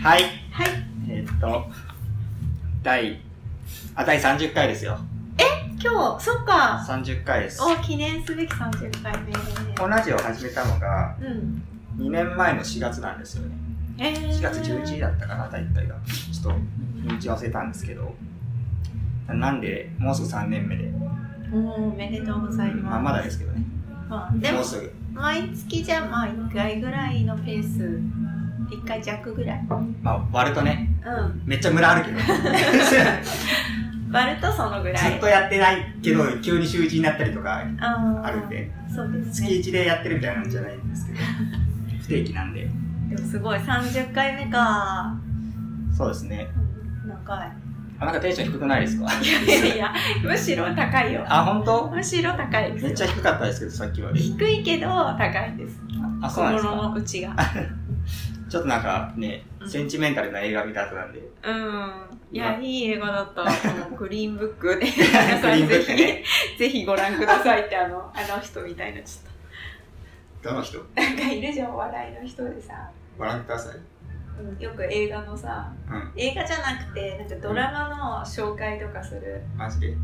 はい。はい。えーっと、第、あ、第30回ですよ。今日、そっか。 30回です。を記念すべき30回目で。このラジオを始めたのが、うん。 2年前の4月なんですよね。えー、 4月11日だったかな、大体が。ちょっと、日にち忘れたんですけど。なんで、もうすぐ3年目で。おーおめでとうございまあ、ままだですけどね。す。まあ、でももう、すぐ。毎月じゃ、まあ、1回ぐらいのペース。1回弱ぐらい。まあ、割とね、うん。めっちゃムラあるけど。ず割るとそのぐらい。っとやってないけど、急に週1になったりとかあーあるん。で、そうで月すね。 1でやってるみたいなんじゃないんですけど、不定期なんで。でもすごい、30回目か。そうですね。うん 長い。あ、なんかテンション低くないですかいやいや、むしろ高いよ。あ、本当？むしろ高いですよ。めっちゃ低かったですけど、さっきまで。低いけど高いです。あ、そうなんです心かの内が。ちょっとなんかねう、んセンチメンタルな映画見た後なんで、うん。いまあや、いい映画だ った。このグリーンブッ クで。皆グさリーんンブぜックねひ、ぜひご覧くださいって、あの、あの人みたいな、ちょっどの人と。なんかいるじゃん、お笑いの人でさ。ご覧ください。うんよく映画のさ、うん、映画じゃなくて、なんかドラマの紹介とかする。マジで。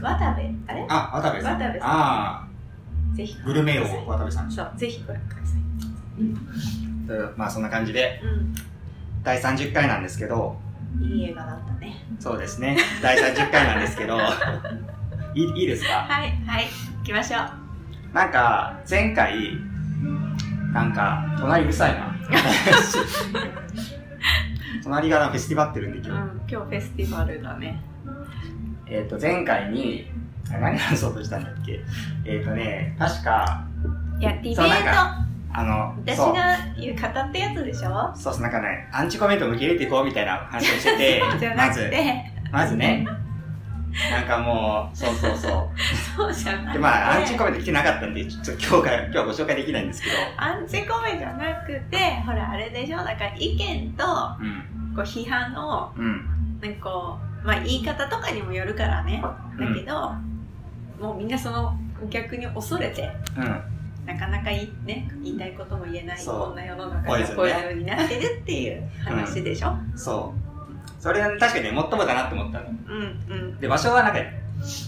渡部、あれあ、渡部さん。渡部さんあぜひあ、。グルメ王渡部さん。そう、ぜひご覧ください。うんまあそんな感じで、うん。第30回なんですけど、いい映画だったね。そうですね、第30回なんですけど、いいいいですかはい、はい。行きましょう。なんか、前回、なんか、隣うるさい な。隣がなフェスティバってるんでう今ん日。、今日フェスティバルだね。えっ、と、前回に、あ何話そうとしたんだっけえっ、とね、確か、いや、ディベーそうなんト。あの、私そう、が言う語ったやつでしょそうそう、なんかね、アンチコメント向け入れていこうみたいな話をしてて じゃ、なまくず、て、まずね、なんかもう、そうそうそそうじゃなくう。て。で、まあ、アンチコメント来てなかったんで、ちょっと今日が、今日はご紹介できないんですけど、アンチコメじゃなくて、ほら、あれでしょだから意見と、うん、こう、批判の、うん、なんかこう、まあ、言い方とかにもよるからね。うだけん、ど、もうみんなその、逆に恐れて、うん、なかなかい、ね、言いたいことも言えない、そうこんな世の中がポこうイズンねいうようになってるっていう話でしょ、そう。それは確かにね、もっともだなって思ったの。うん、うん、で、場所はなんか、デ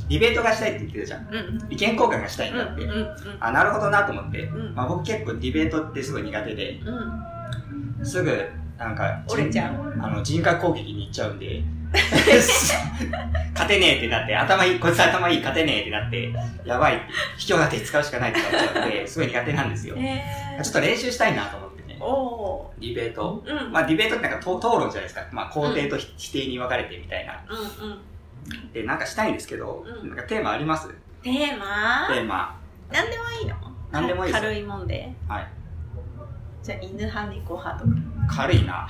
ィベートがしたいって言ってたじゃん。うん、うん、意見交換がしたいんうだって。ん、あ、なるほどなと思って。うん、まあ、僕結構ディベートってすごい苦手で、うん、うん、すぐ、なんか、折れちゃう。あの、人格攻撃に行っちゃうん で、勝てねえってなって、頭いい、こいつ頭いい、勝てねえってなって、やばい、卑怯な手使うしかないってなっちゃうんで、すごい苦手なんですよ。ちょえっと練習したいなと思ってねー、。おディベートー、うん、まあ、ディベートってなんかと討論じゃないですか。まあ、肯定と否否定に分かれてみたいな。うん、うん。で、なんかしたいんですけど、うんなんかテーマありますテーマテーマ。何でもいいの何でもいいですよ軽いもんではいじゃあ犬派猫派とか軽いな。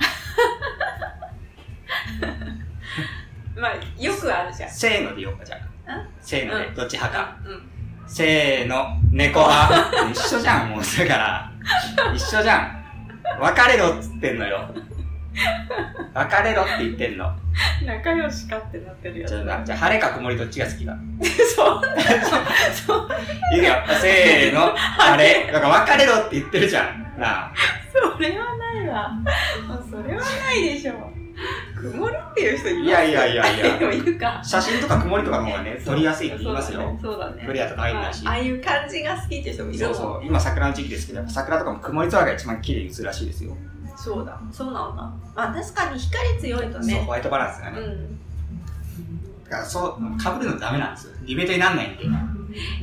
まあよくあるじゃんせーので言おうか、じゃあん。せーので、うどっち派か。うんせーの、猫派。一緒じゃん、もう、だから。一緒じゃん。別れろっつってんのよ。別れろって言ってんの。仲良しかってなってるよじゃあな、じゃあ晴れか曇りどっちが好きだ。 そうそういくよ、せーの、晴れ。だから別れろって言ってるじゃん。なあ。それはないわもうそれはないでしょ曇りっていう人いますいやいやいやいやでもいるか写真とか曇りとかの方がね、撮りやすいって言いますよ。そうだねクそうだねリアとか入んないしあ。ああいう感じが好きって人もいるそもうんそう。今桜の時期ですけど、やっぱ桜とかも曇り空が一番綺麗に映るらしいですよ。そうだそうなんだまあ確かに光強いとそう、ねホワイトバランスがね。んだからそう、被るのダメなんですよ。イベントになんないんで。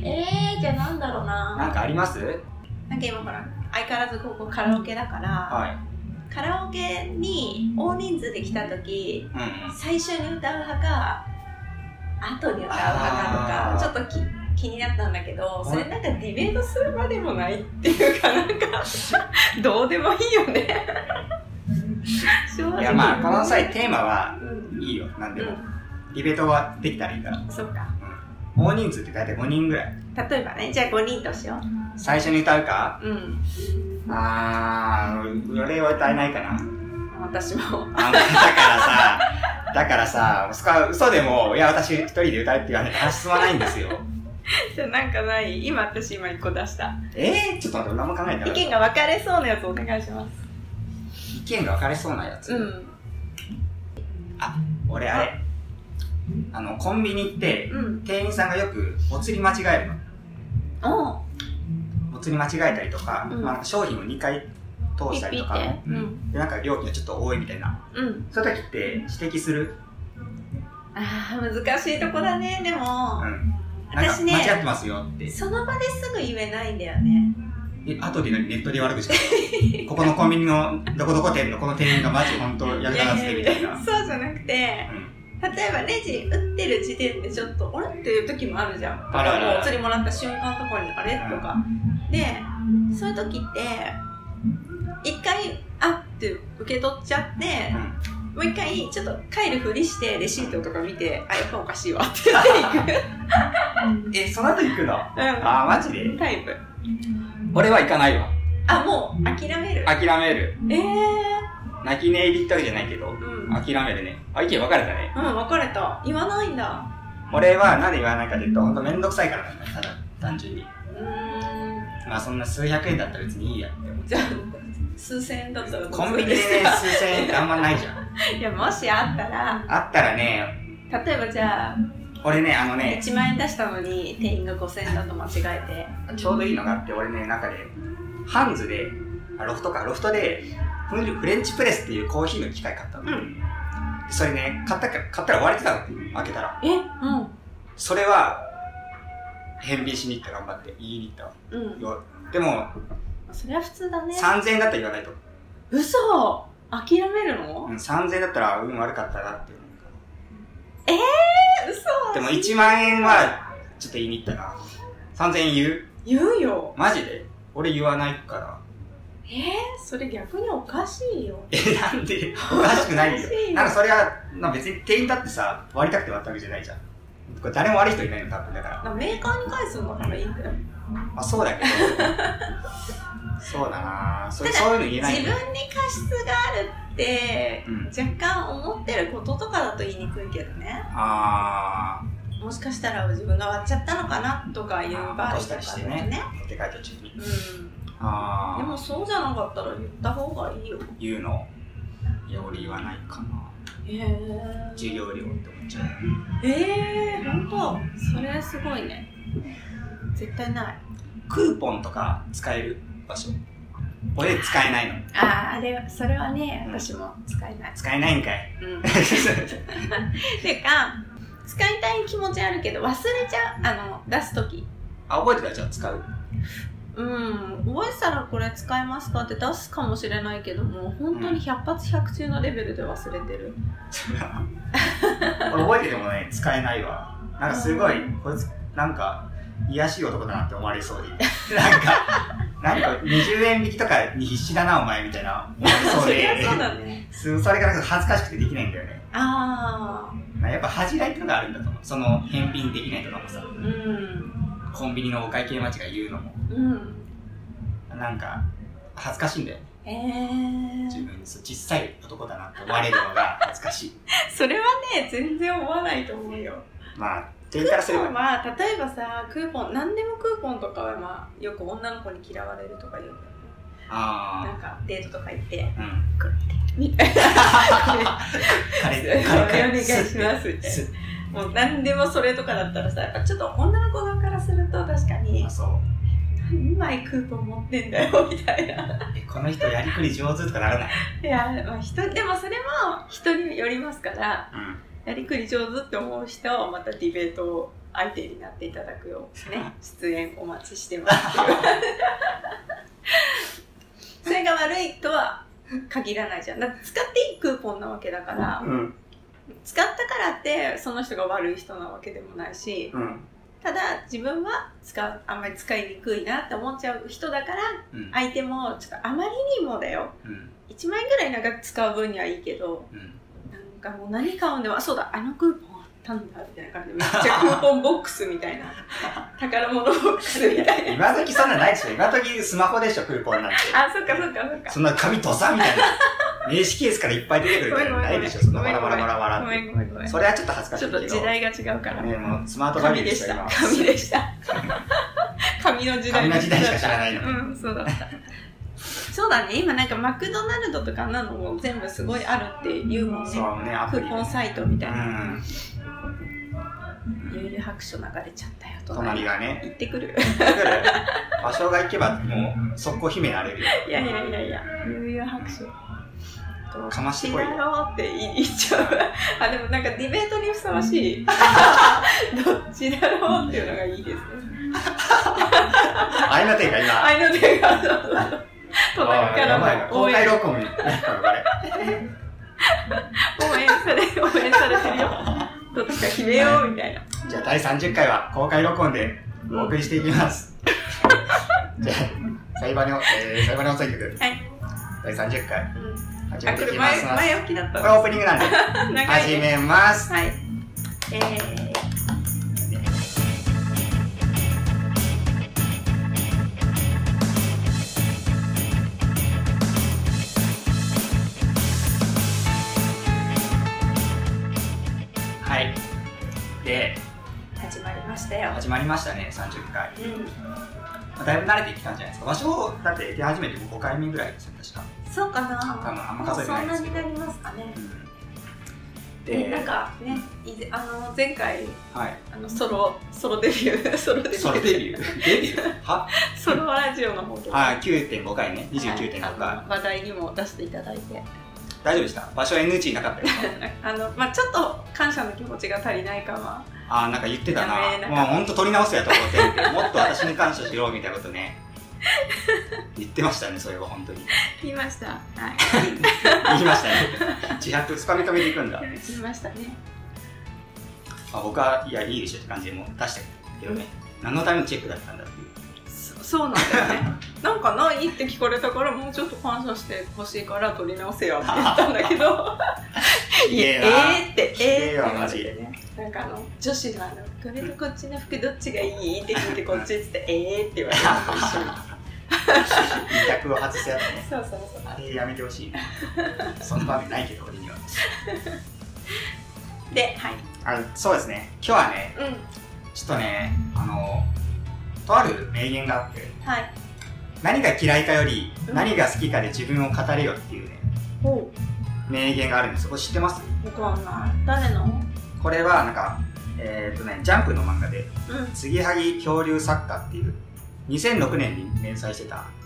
えー、じゃあなんだろうななんかありますなんか今ほら相変わらずここカラオケだから、はカラオケに大人数で来た時い。うんうん。最初に歌う派か後に歌うあー派かとかちょっとき気になったんだけどいそれなんかディベートするまでもないっていうかなん かどうでもいいよね正直いやまあこの際テーマはうん、いいよ何でうも、ん、ディベートはできたらいいからそっか大人数って大体5人ぐらい例えばねじゃあ5人としよ最初に歌うかううんあー俺は歌えないかな私もあだからさ だからさそこは嘘でもいや私一人で歌えって言わないと話進まないんですよじゃあ なんかない今私今1個出したえー、ちょっと待って俺何も考えてなかっ意見が分かれそうなやつお願いします意見が分かれそうなやつ。うん。俺あれ、あの、コンビニって、うん。店員さんがよくお釣り間違えるおの。お釣り間違えたりとか、うんまあなんか商品を2回通ピしたッピりとっか、て。ううんん。で、なんか料金がちょっと多いみたいな。うん。そういう時って指摘する。ああ、難しいとこだね。でうも、ん。なんか私ね間違ってますよって。その場ですぐ言えないんだよね。え後でネットで悪口言 うここのコンビニのどこどこ店のこの店員がマジ本当やるからっつってみたいな。 そうじゃなくて、例えうんばレジ打ってる時点でちょっと、あれっていう時もあるじゃん。あるあるあるお釣りもらった瞬間とかに、あれとか。で、そういう時って、一回、あって受け取っちゃって、うんもう一回、ちょっと帰るふりして、レシートとか見て、あ、やっぱおかしいわって言っていく。 え、その後行くのうあー、マジでん。タイプ。俺は行かないわ。あ、もう諦める。諦める。ええ泣き寝入りってわけじゃないけど、ー。うん。諦めるね。あ、意見分かれたね。うん、別れた。言わないんだ。俺はなんで言わないかというと、ほんとめんどくさいからなんだよ、ただ、単純に。うーまあそんな数百円だったら別にいいやって思ん。じゃあ、数千円だったらう。コンビニでね、数千円ってあんまないじゃん。いや、もしあったら、あったらね、例えばじゃあ、俺ね、あのね、 1万円出したのに、店員が5000円だと間違えちょうどいいのがあって、俺ね、中で、ハンズで、あロフトか、ロフトで、フルフレンチプレスっていうコーヒーの機械買ったの。うそれね、買ったか、買ったら割れてたの、開けたら。て。えうん。それは、返品しに行った、頑張って。言いに行ったわうん。よ。でも、それは普通だね。 3000円だったら言わないと。嘘諦めるのうん、3000円だったら運悪かったなって思うかえ、嘘ら。でも1万円は、ちょっと言いに行ったな。3000円言う言うよ。マジで俺言わないから。えー、それ逆におかしいよ。え、なんでおかしくないよおかしい。よなんかそれは、まあ、別に店員だってさ、割りたくて割ったわけじゃないじゃん。これ誰も悪い人いないの、多分だから。まあメーカーに返すんだからいいんだよ。まあそうだけ ど。そうだなぁ。そうただそういうの言えな自い分に過失があるって、うん。若干思ってることとかだと言いにくいけどねあもしかしたら自分が割っちゃったのかなとかいう場合とかだとねー、って書いてる中に。うんあでー、もそうじゃなかったら言った方がいいよ言うの。いや、俺言わないかな。へ授業料って思っちゃう。ええー、ほんとそれすごいね絶対ないクーポンとか使える場所。俺使えないの。あああれそれはねうん私も使えない、使えないんか い。うん、てか使いたい気持ちあるけど忘れちゃうあの出す時あ、覚えてたじゃあ使う。うん覚えてたらこれ使えますかって出すかもしれないけども本当に100発100中のレベルで忘れてる俺 覚えててもね使えないわなんかすごいこいつなんか癒やしい男だ なって思われそうでなんかなんか20円引きとかに必死だなお前みたいな思われそうそでりゃそうだね。すそれがなんか恥ずかしくてできないんだよねあやっぱ恥じらいってのがあるんだと思うその返品できないとかもさあ、うん、コンビニのお会計待ちが言うのもうん。なんか恥ずかしいんだよえ自ー、分にそう小さい男だなって思われるのが恥ずかしい それはね、全然思わないと思うよ。まあク店員からすれーばポンは、例えばさ、クーポン、何でもクーポンとかは、まあ、よく女の子に嫌われるとか言うのなあんか、デートとか 行って、あうんこれみたいな。カレー おカレーカレー願いしますみたいすな。もう、何でもそれとかだったらさ、やっぱちょっと女の子側からすると、確かにあ、そう何枚クーポン持ってんだよ、 みたいな。えこの人やりくり上手とかならない、いや、まあ、人、でもそれも、人によりますから、やりくり上手って思う人はまたディベート相手になっていただくようね出演お待ちしてますそれが悪いとは限らないじゃんだって使っていいクーポンなわけだからうんうん使ったからってその人が悪い人なわけでもないしうんただ自分は使うあんまり使いにくいなって思っちゃう人だからうん相手もちょっとあまりにもだようん1万円ぐらいなんか使う分にはいいけどうんなんかもう何買うんでもあそうだあのクーポンあったんだみたいな感じでめっちゃクーポンボックスみたいな宝物ボックスみたいな今時そんなないでしょ今時スマホでしょクーポンなんて あそっかそっかそっかそんな紙どさみたいな名刺ケースからいっぱい出てくるみたいなのないでしょそんなバラバラバラバごラっめてんごめんごめんそれはちょっと恥ずかしちょいっけどと時代が違うからねもうスマートバリュ紙ーででししたた今紙でした紙の時代紙の時代しか知らないのうんそうだったそうだね今なんかマクドナルドとかあんなのも全部すごいあるって言うもんねそうね、アクプリーで。ポンサイトみたいうな、ん。有利白書流れちゃったよとか隣がね。行ってくるだから、場所が行けば、もう、速攻姫になれるよ。いやいやいやいや有々白書どうかましてこいよだろうって言っちゃうあでもなんかディベートにふさわ しいどっちだろうっていうのがいいですねあいなてが今、愛の手がそうそう隣あやばいなからも応公開援録音になったの、これ。応援され応援されてるよどっちか決めようみたいなじゃあ、第30回は公開録音でお送りしていきます。じゃあ、裁判の、えー、裁判の選曲。はい。第30回、うん始あめこていれきま前す。前置きだっこたれオープニングなんで、の長い始めねます。はい。えーはい。で、始まりましたよ。始まりましたね、30回。うん、まあだいぶ慣れてきたんじゃないですか。場所を、だって出始めて5回目ぐらいですよ、確か。そうか多な。分あんまもう数えてそないんんでなすけにど。なりますかね。うんでなんで、かね、いぜあの前回はい。あのソロソロデビュー ソロデビューソロデビューデビューはソロラジオの方で、あ、9.5回ね。29.5回。あの話題にも出していただいて、大丈夫でした場所 NG なかったよ。あのまあちょっと感謝の気持ちが足りないかは、あーなんか言ってたなやべえなんかもうほんと取り直すやと思ってる んでもっと私に感謝しろみたいなことね 言ってましたねそれは本当に言いました。はい。言いましたね自白つかみ止めていくんだ、言いましたね。まあ、僕はいやいいでしょって感じでもう出したけどね何のためのチェックだったんだっていうそそうなんだよ ね。なんかないって聞かれたからもうちょっと感謝してほしいから取り直せよって言ったんだけど。いやえーって、えええわーマってジ言われてね。なんかあの、女子のあの、これとこっちの服どっちがいいって聞いて、こっちっつって、えーって言われて、一緒に。 委託を外すやつねそうそうそう。あれやめてほしいねそんな場面ないけど俺にはで、はい。あそうですね今日はねうん。ちょっとねあのとある名言があってはい。何が嫌いかよりうん何が好きかで自分を語れよっていうねほ名言があるんですこれ知ってますう。わかんない。誰のこれはなんかえっ、とねジャンプの漫画でうん「継ぎはぎ漂流作家」っていう2006年に連載してた。えー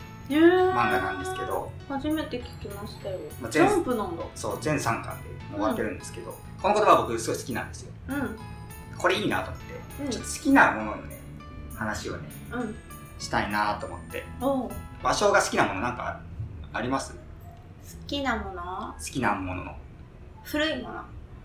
漫画なんですけ。ど初めて聞きましたよまあ。ジャンプなんだ。そう全3巻で終わってるんですけど、この言葉僕すごい好きなんですようん。これいいなと思ってうんちょっと好きなもののね話をねうん。したいなと思っておう好場所が好きなものなんかありますきなもの好きなものの古いもの。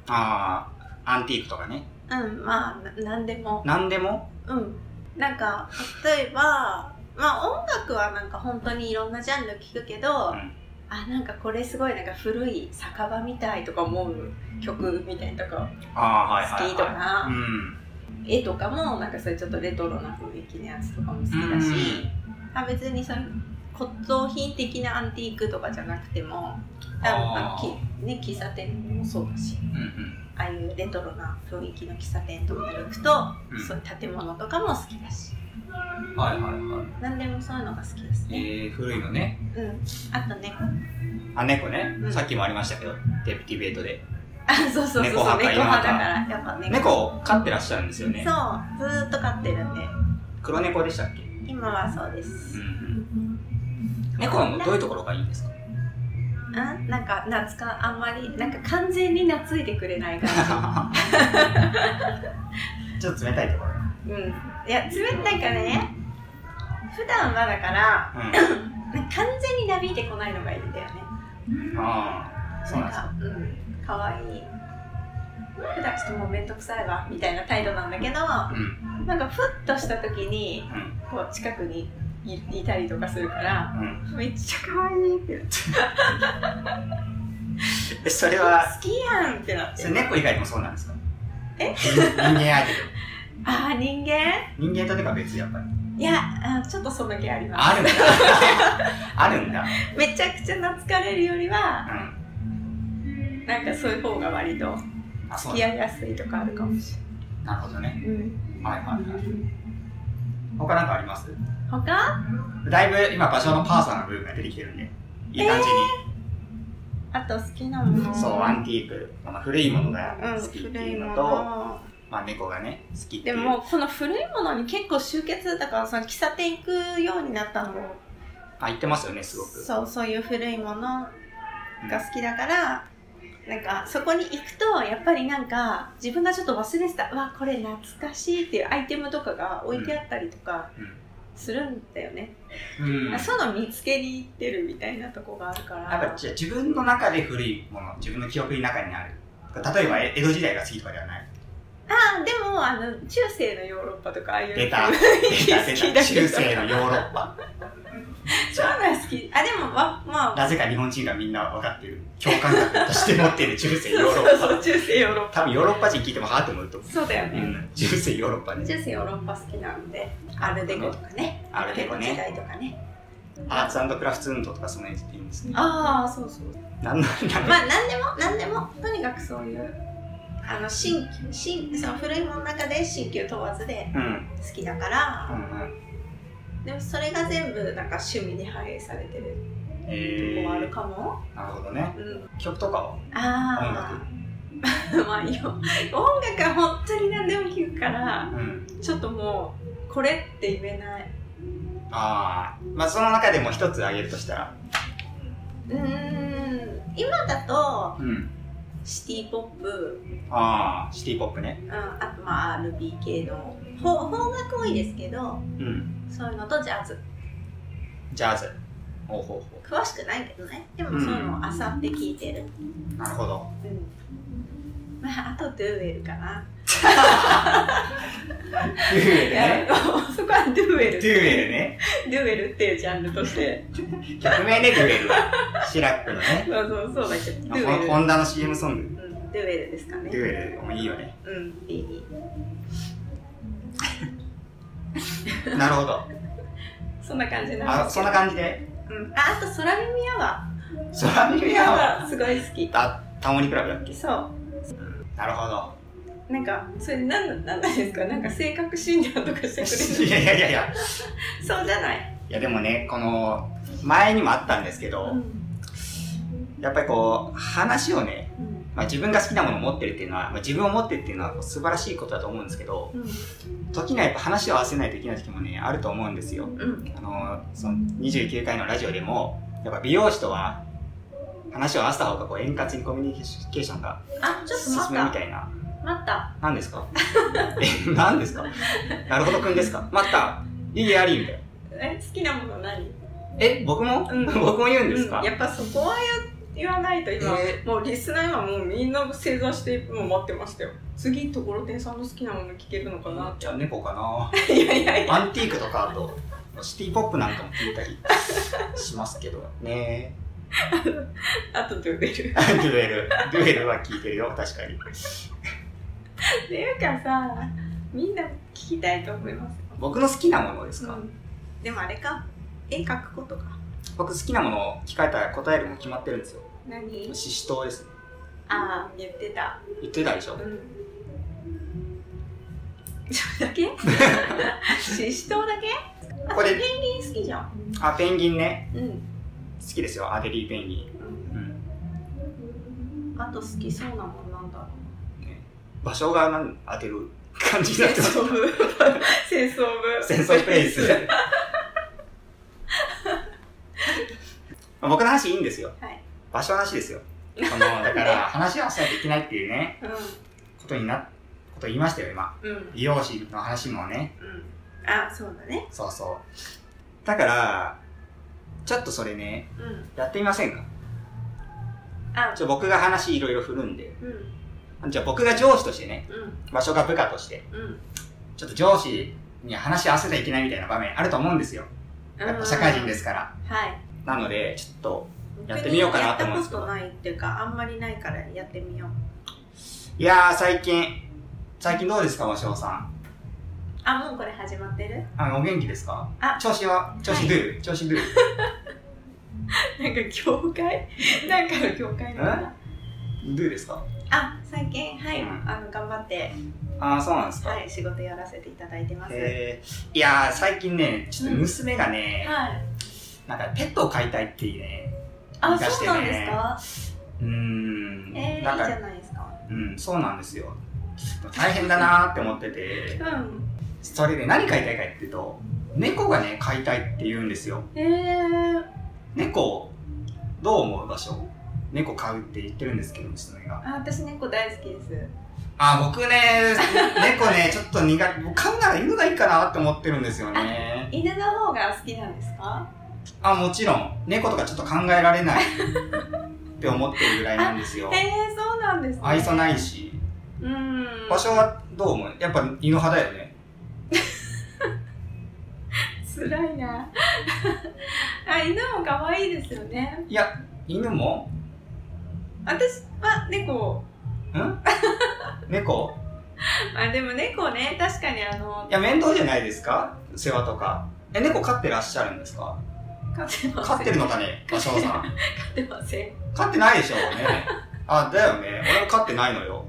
あーアンティークとかねうん。まあ、ななんでも。何でもうん、なんか例えばまあ音楽はなんか本当にいろんなジャンル聞くけど、うんあなんかこれすごいなんか古い酒場みたいとか思う曲みたいとかあー好はいはい、はい、きとか、うん絵とかもなんかそういうちょっとレトロな雰囲気のやつとかも好きだし、あ別にそういう骨董品的なアンティークとかじゃなくてもあのあーきね、喫茶店もそうだしうんうんああいうレトロな雰囲気の喫茶店とかに行くと、うんそういう建物とかも好きだし。はいはいはい何でもそういうのが好きですね。えー、古いのねうん。あと猫。あ猫ね、うんさっきもありましたけどデディベートであ、 そうそうそうそう。猫猫派派かだから、やっぱ猫。猫を飼ってらっしゃるんですよねそう、ずーっと飼ってるんで、黒猫でしたっけ、うん今はそうでうす。ん、猫のどういうところがいいんですかあなんか懐か、あんまり、なんか完全に懐いてくれない 感ちょっと冷たいところじ。うん。いや、つめなんかね、普段はだか ら、うなんか完全になびいてこないのがいいんだよね。んああそうなんですかか、うん。かわいい。普段ちょっともうめんどくさいわ、みたいな態度なんだけど、うんうんなんかふっとした時に、こう近くにいいたりとかするからうんめっちゃ可愛いってなってえそれは好きやんってなってそれ猫以外もそうなんですかえ人人間相手でああ人間も人間と猫は別やっぱりいやあーちょっとその気ありまあするんだ あるんだめちゃくちゃ懐かれるよりはうんなんかそういう方が割とあそう付き合いやすいとかあるかもしなるほどねれない、うん、はいはいはい他なんかあります他だいぶ今場所のパーソナル部分が出てきてるんで、いい感じに。あと好きなものそう、アンティーク、まあ、古いものがう好んきって古いいうものと、のまあ、猫がね、好きっていでう。もこの古いものに結構集結だからその喫茶店行くようになったのもあ、言ってますよね、すごく。そうそういう古いものが好きだから、なんかそこに行くとやっぱりなんか自分がちょっと忘れてたうわこれ懐かしいっていうアイテムとかが置いてあったりとかうんうんするんだよね、うん。やっそういうの見つけに行ってるみたいなとこがあるからぱじゃあ自分の中で古いもの、自分の記憶の中にある。例えば、え江戸時代が好きとかでは ない。あーでもあの中世のヨーロッパとかああいう出た、出た、好出た。きだけ中ど世のヨーロッ パ。じゃそういうの好きあでもわまあ、あなぜか日本人がみんな分かってる、共感覚として持ってる中世ヨーロそうそうッ中世ヨーロッパ。多分ヨーロッパ人聞いてもはぁと思うと思パそうだよう。うね、ん、中世ヨーロッパね。中世ヨーロッパ好きなんでアルデコとかねアルデコね時代とかねアーツクラフト運動とかその辺ですね。ああそうそうなんなんだろう まあ何でも何でもとにかくそういうあの新旧新その古いものの中で新旧問わずでうん。好きだかうら、んうん。でもそれが全部なんか趣味に反映されてるとえこはあー、るかも、なるほどね。うん曲とかは音あ楽。あ まあいいよ音楽は本当に何でも聴くからうん。ちょっともうこれって言えないああ。まあその中でも一つ挙げるとしたら。うーん今だとうん。シティポップああ、シティポップね。うん、あとまあ RB 系の方方角多いですけどうん。そういうのとジャズジャズ。ほうほうほ詳しくないけどねでもそういうのをあさって聞いてる、う。なるほど。うんまあ、あとドゥーエルかな、デュエルいやね。そこはドゥーデエルュエルね。ドゥーエルっていうジャンルとして曲名ね、デュエルは。シラップのね。そうそうそうだけどドゥーエル、ホンダの CM ソング。うん、ドゥーエルですかデねュエルもいいよね。うんいいいいなるほど。そんな感じなんあ、ですそんな感じで。じ、うん、ああと空耳アワ空ー耳は、すごい好きあ、タモニクラブだっけそなるほど。うなんかそれ何なんなんですかなんか性格診断とかしてくれい るやいやいやいや、そうじゃない、いやでもね、この前にもあったんですけうど、んやっぱりこう、話をね、まあ、自分が好きなものを持ってるっていうのは、まあ、自分を持ってるっていうのは素晴らしいことだと思うんですけど、時にはやっぱ話を合わせないといけない時もね、あると思うんですよ。うん、あの、その29回のラジオでも、やっぱ美容師とは、話を合わせた方がこう円滑にコミュニケーションがあちょっと進待っむみたたいな。待った何ですか え、何ですかなるほどくんですか待ったいいありみたいな。え好きなもの何え、僕も、う ん僕も言うんですか、うんやっぱそこは言言わないと今、えもうリスナー今もうみんな正座してもう待ってましたよ次ところてんさんの好きなもの聞けるのかなってじゃあ猫かないやいやいやアンティークとかあとシティポップなんかも聞いたりしますけどね あとドゥーベルデュエルデュエルは聞いてるよ確かにっていうかさみんな聞きたいと思いますよ僕の好きなものですか、うんでもあれか絵描くことか僕好きなものを聞かれたら答えるも決まってるんですよ何シシトウですねああ言ってた言ってたでしょうんそれだけシシトウだけこれペンギン好きじゃんあペンギンねうん、好きですよアデリーペンギン、うんあと好きそうなもんなんだろね、場所がなん当てる感じに戦なってます争部戦争部戦争プレイ ス僕の話いいんですよ、はい場所の話ですよこのだから話を合わせないといけないっていうねことになこと言いましたよ今うんうん美容師の話もねうんあそうだねそうそうだからちょっとそれねうんやってみませんかあちょ僕が話いろいろ振るんでうんじゃあ僕が上司としてねう場所が部下としてんうんちょっと上司に話し合わせちゃいけないみたいな場面あると思うんですよやっぱ社会人ですすからはいなのでちょっとやって僕みようかなと思うんやでっすたけどことないっていうかあんまりないからやってみよういやー、最近、最近どうですか、和尚さん。あもうこれ始まって るあの、お元気ですかあ調子は調は子いどう、調子どうなんか教会なんかの教会なのかな Do ですかあ最近はい、うんあの頑張って、ああ、そうなんですか。はい、仕事やらせていただいてます、えーいやー、最近ね、ちょっと娘がね、はいなんかペットを飼いたいっていうね、あ出しそてうねなんですかうーん、えー、いいじなゃんか、ないですかうん、そうなんですよ。大変だなーって思ってて、うんそれで何飼いたいかっていうと、猫がね、飼いたいって言うんですよ。えー、猫、どう思う場所猫飼うって言ってるんですけど、娘が。あ私猫大好きですあ、僕ね、猫ね、ちょっと苦手、僕飼うなら犬がいいかなって思ってるんですよね。犬の方が好きなんですかあ、もちろん、猫とかちょっと考えられないって思ってるぐらいなんですよえ。ー、そうなんですね愛想ないし。うん場所はどう思うやっぱ犬派だよね。つらいな あ犬も可愛いですよねいや、犬も私は猫猫あでも猫ね確かにあのいや、面倒じゃないですか世話とか。え、猫飼ってらっしゃるんですか飼ってませ飼んってるのかね場所さん。飼ってません飼ってないでしょうね。あ、だよね。俺も飼ってないのよ。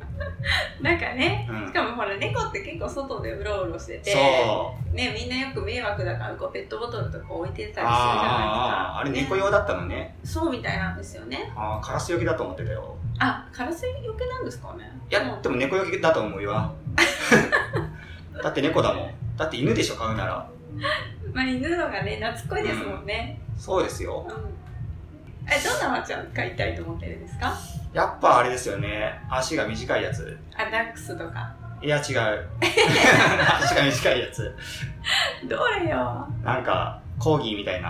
なんかねうんし。かもほら猫って結構外でうろうろしててそう。ね、みんなよく迷惑だからこうペットボトルとか置いてたりするじあゃーあーあーあなれいですか、猫用だったのね。そうみたいなんですよねああ、カラスよけだと思ってたよ。あカラスよけなんですかねいや、でも猫よけだと思うよ。だって猫だもん。だって犬でしょ、飼うなら。まあ犬のがね懐っこいですもんね、そうですうよん。えどんなワンちゃん飼いたいと思ってるんですかやっぱあれですよね。足が短いやつ。あダックスとかいや、違う。足が短いやつ。どれよなんか、コーギーみたいな。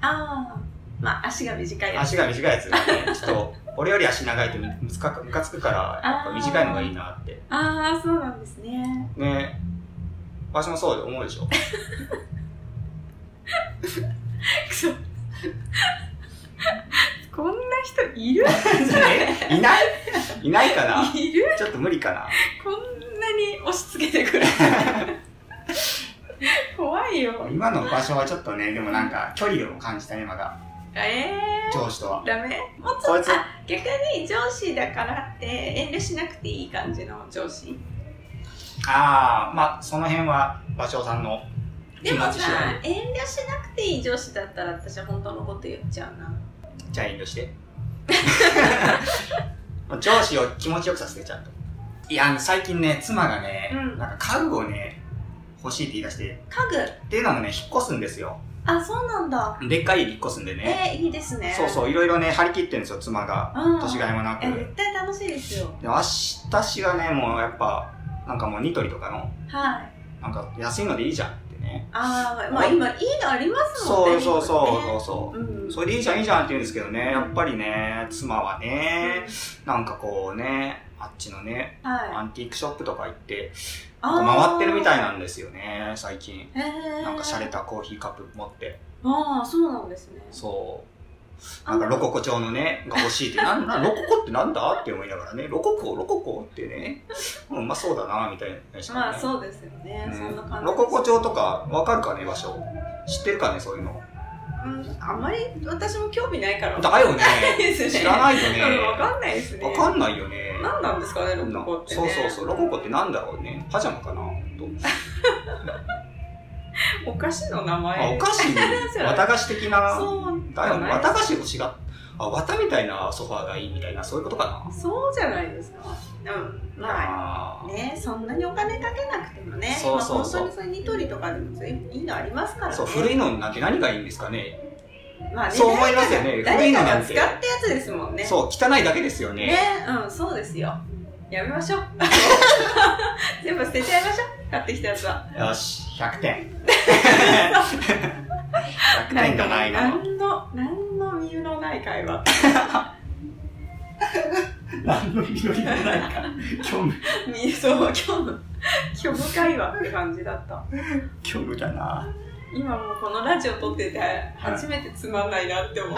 ああまあ足が短いやつ足が短いやつがね、ちょっと、俺より足長いとむつかむかつくから、やっぱ短いのがいいなって。ああそうなんですねね私もそう思うでしょ。くそ こんな人いるえいないいないかないるちょっと無理かなこんなに押し付けてくる怖いよ今の場所はちょっとね、でもなんか、距離でも感じたね、まだ。え上司とはー、。ダメもうちこょいっつとあ逆に上司だからって遠慮しなくていい感じの上司ああ、まあ、その辺は、馬匠さんので気も持ちさ次第。遠慮しなくていい上司だったら私は本当のこと言っちゃうなじゃあ遠慮して。 上司を気持ちよくさせてちゃんと。いや、あの最近ね、妻がね、うんなんか家具をね、欲しいって言い出して、家具っていうのもね、引っ越すんですよ。あそうなんだでっかい家に引っ越すんでね。えー、いいですねそううそう、いろいろね、張り切ってるんですよ、妻が。ん年がいもなく。えで絶対楽しいですよ私がね、もうやっぱ、なんかもうニトリとかの、はいなんか安いのでいいじゃんってね。あーまあ今いいのありますもんそねうそうそうそううそう。うんそれでいいじゃんいいじゃんって言うんですけどね、やっぱりね、妻はね、なんかこうね、あっちのね、アはいンティークショップとか行って、あなんか回ってるみたいいなんですよね、最近。なんか洒落たコーヒーカップ持って、ああそうなんですねそう。なんかロココ調のね、が欲しい って、なんなんロココってなんだって思いながらね、ロココ、ロココってね、うん、うまそうだな、みたいな、ね。まあそうですよね、うんそんな感じロココ調とかわかるかね、場所。知ってるかね、そういうの。うんあんまり私も興味ないからだよ ね。ですね知らないよね。うん わかんないですねわかんないよね。何なんですかねロココって、ね、そうそうそうロココってなんだろうねパジャマかなほんとお菓子の名あ前お菓子に そう綿菓子的なそうじだよゃねない綿菓子欲しがあ綿みたいなソファーがいいみたいなそういうことかそうじゃないですかうんなまああーねそんなにお金かけなくてもねそうそうそうまあ、本当にそれニトリとかでも随分いいのありますからねそう古いのなんて何がいいんですかねまあね、そう思いますよね古い誰のかながん使てったやつですもんねそう汚いだけですよねねうんそうですよやめましょう 全部捨てちゃいましょう買ってきたやつはよし100点100 点がないななんか何の何の理由のない会話何の色りもないか虚無見そう今日の虚無会話って感じだった虚無だな今もうこのラジオ撮ってて初めてつまんないなっ て思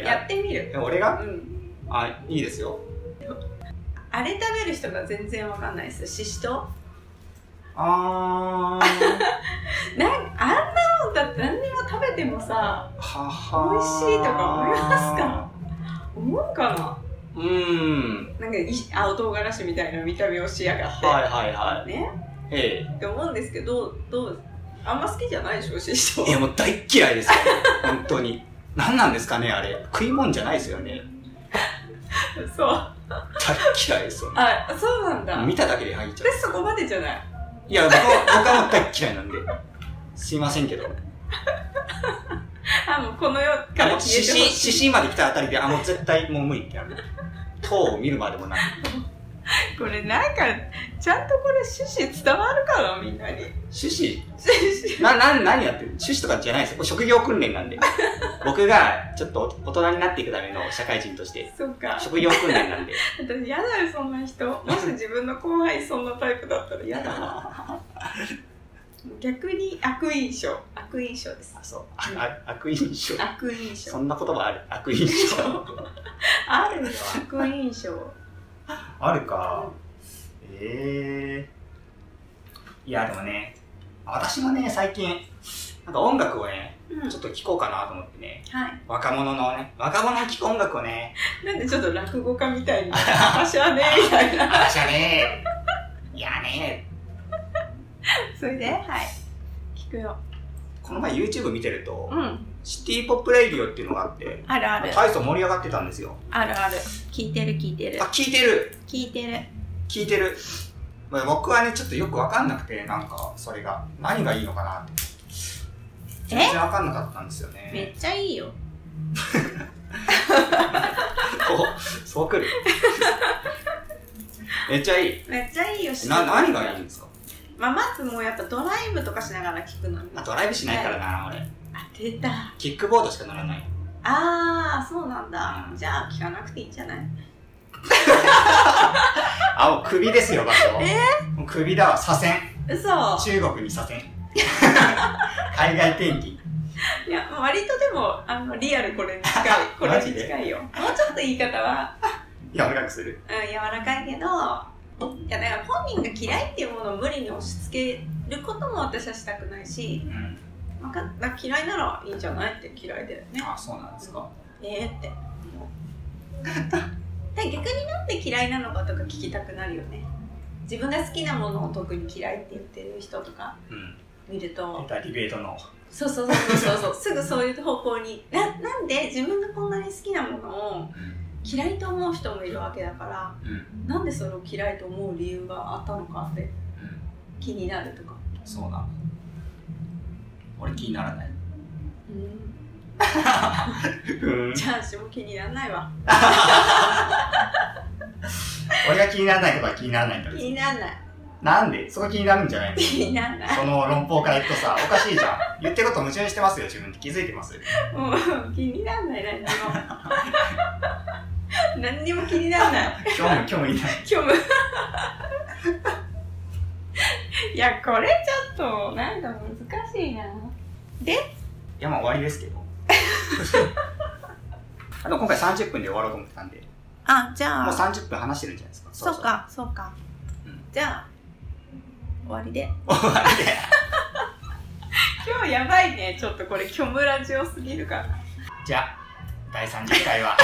う、やってみるえ俺がうんあいいですよあれ食べる人が全然わかんないですししとあー なんあんなもんだって何にも食べてもさは美味しいとか思いますか思うかなうーん。なんかい青唐辛子みたいな見た目をしやがって、はいはいはねい。えって思うんですけどどうあんま好きじゃないでしょシシえ。いやもう大っ嫌いですよ。本当に。何なんですかね、あれ。食い物じゃないですよね。 そうあ大っ嫌いですよね。そうなんだ見ただけで入っちゃう。私そこまでじゃないいや、僕は、僕はもう大っ嫌いなんで。すいませんけど。あもうこの世かあらの、消獅えてほ子、し獅子いまで来たあたりで、あ、もう絶対もう無理ってなる。塔を見るまでもない。これなんかちゃんとこれシシ伝わるかなみんなに獅子シな、な、何やってる趣旨とかじゃないですよ。これ職業訓練なんで。僕が、ちょっと大人になっていくための社会人として、 そうか職業訓練なんで。私嫌だよそんな人もし自分の後輩そんなタイプだったら嫌だなな逆に悪印象悪印象ですあ、そう。ああ悪印象。悪印 そ象んな言葉ある悪印象。あるよ悪印象あるか。ええいや、でもね、私もね、最近、なんか音楽をね、うんちょっと聴こうかなと思ってね、はい若者のね、若者の聴く音楽をね、なんでちょっと落語家みたいに私はねみたいな私はね、 いやね、 それではい聞くよこの前 YouTube 見てると、うんシティポップレイディオっていうのがあって、あるある大層盛り上がってたんですよ。あるある聞いてる聞いてるあ、聞いてる聞いてる聞いてる。まあ僕はね、ちょっとよくわかんなくて、なんか、それが、何がいいのかなって。全然わかんなかったんですよめね。っちゃいいよお、そう くる。めっちゃいい。めっちゃいいよしな、何がいいんですかまあ、まずもうやっぱドライブとかしながら聞くのにあドライブしないからな、俺。あ出たキックボードしか乗らない。ああそうなんだうんじゃあ聞かなくていいんじゃないあ、もう首ですよ、場 所。もう首だわ、左遷。嘘中国に左遷。 海外転勤。いや割とでもあのリアルこれに近いこれマジにで近いよもうちょっと言い方は、柔らかくする。うん、柔らかいけどいやだから本人が嫌いっていうものを無理に押し付けることも私はしたくないしうん。わかんな嫌いならいいんじゃないって嫌いだよねあ、そうなんですか。ええって 思うで逆になんで嫌いなのかとか聞きたくなるよね自分が好きなものを特に嫌いって言ってる人とかうん。見るまとたディベートの。そうそうそうそうそうすぐそういう方向にななんで自分がこんなに好きなものを嫌いと思う人もいるわけだからうん。なんでそれを嫌いと思う理由があったのかってうん。気になるとかそうなの。俺気にならない。うんうんじゃあ私も気にならないわ俺が気にならないことは気にならないんだ気けどにならないなんでそこ気になるんじゃないの気にならないその論法からいくとさ、おかしいじゃん。言ってること矛盾してますよ、自分で気づいてます。もう気にならない何にも 何にも気にならない今日も今日もいない。虚無 いやこれちょっとなんか難しいないや、まあ終わりですけど。 あの今回30分で終わろうと思ってたんで、もあじゃう30分話してるんじゃないですか。ろろ。かそうか、うんじゃあ終わりで終わりで。今日やばいねちょっとこれ虚無ラジオすぎるからじゃあ、第30回は、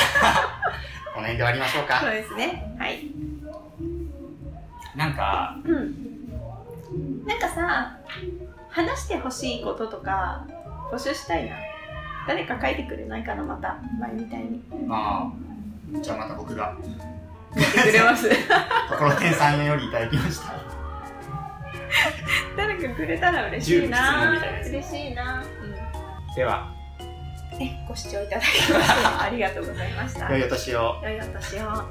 この辺で終わりましょうそうか。ですねはいなんか、うんなんかさ話してほしいこととか募集したいな誰か書いてくれないかなまた前みたいにまあ、じゃあまた僕が、書いてくれますところてんさんよりいただきました。 誰かくれたら嬉しい重力質問なみたいなやつ嬉しいな、うんでは、ね、ご視聴いただきましてありがとうございました。良い良いお年を。お年を。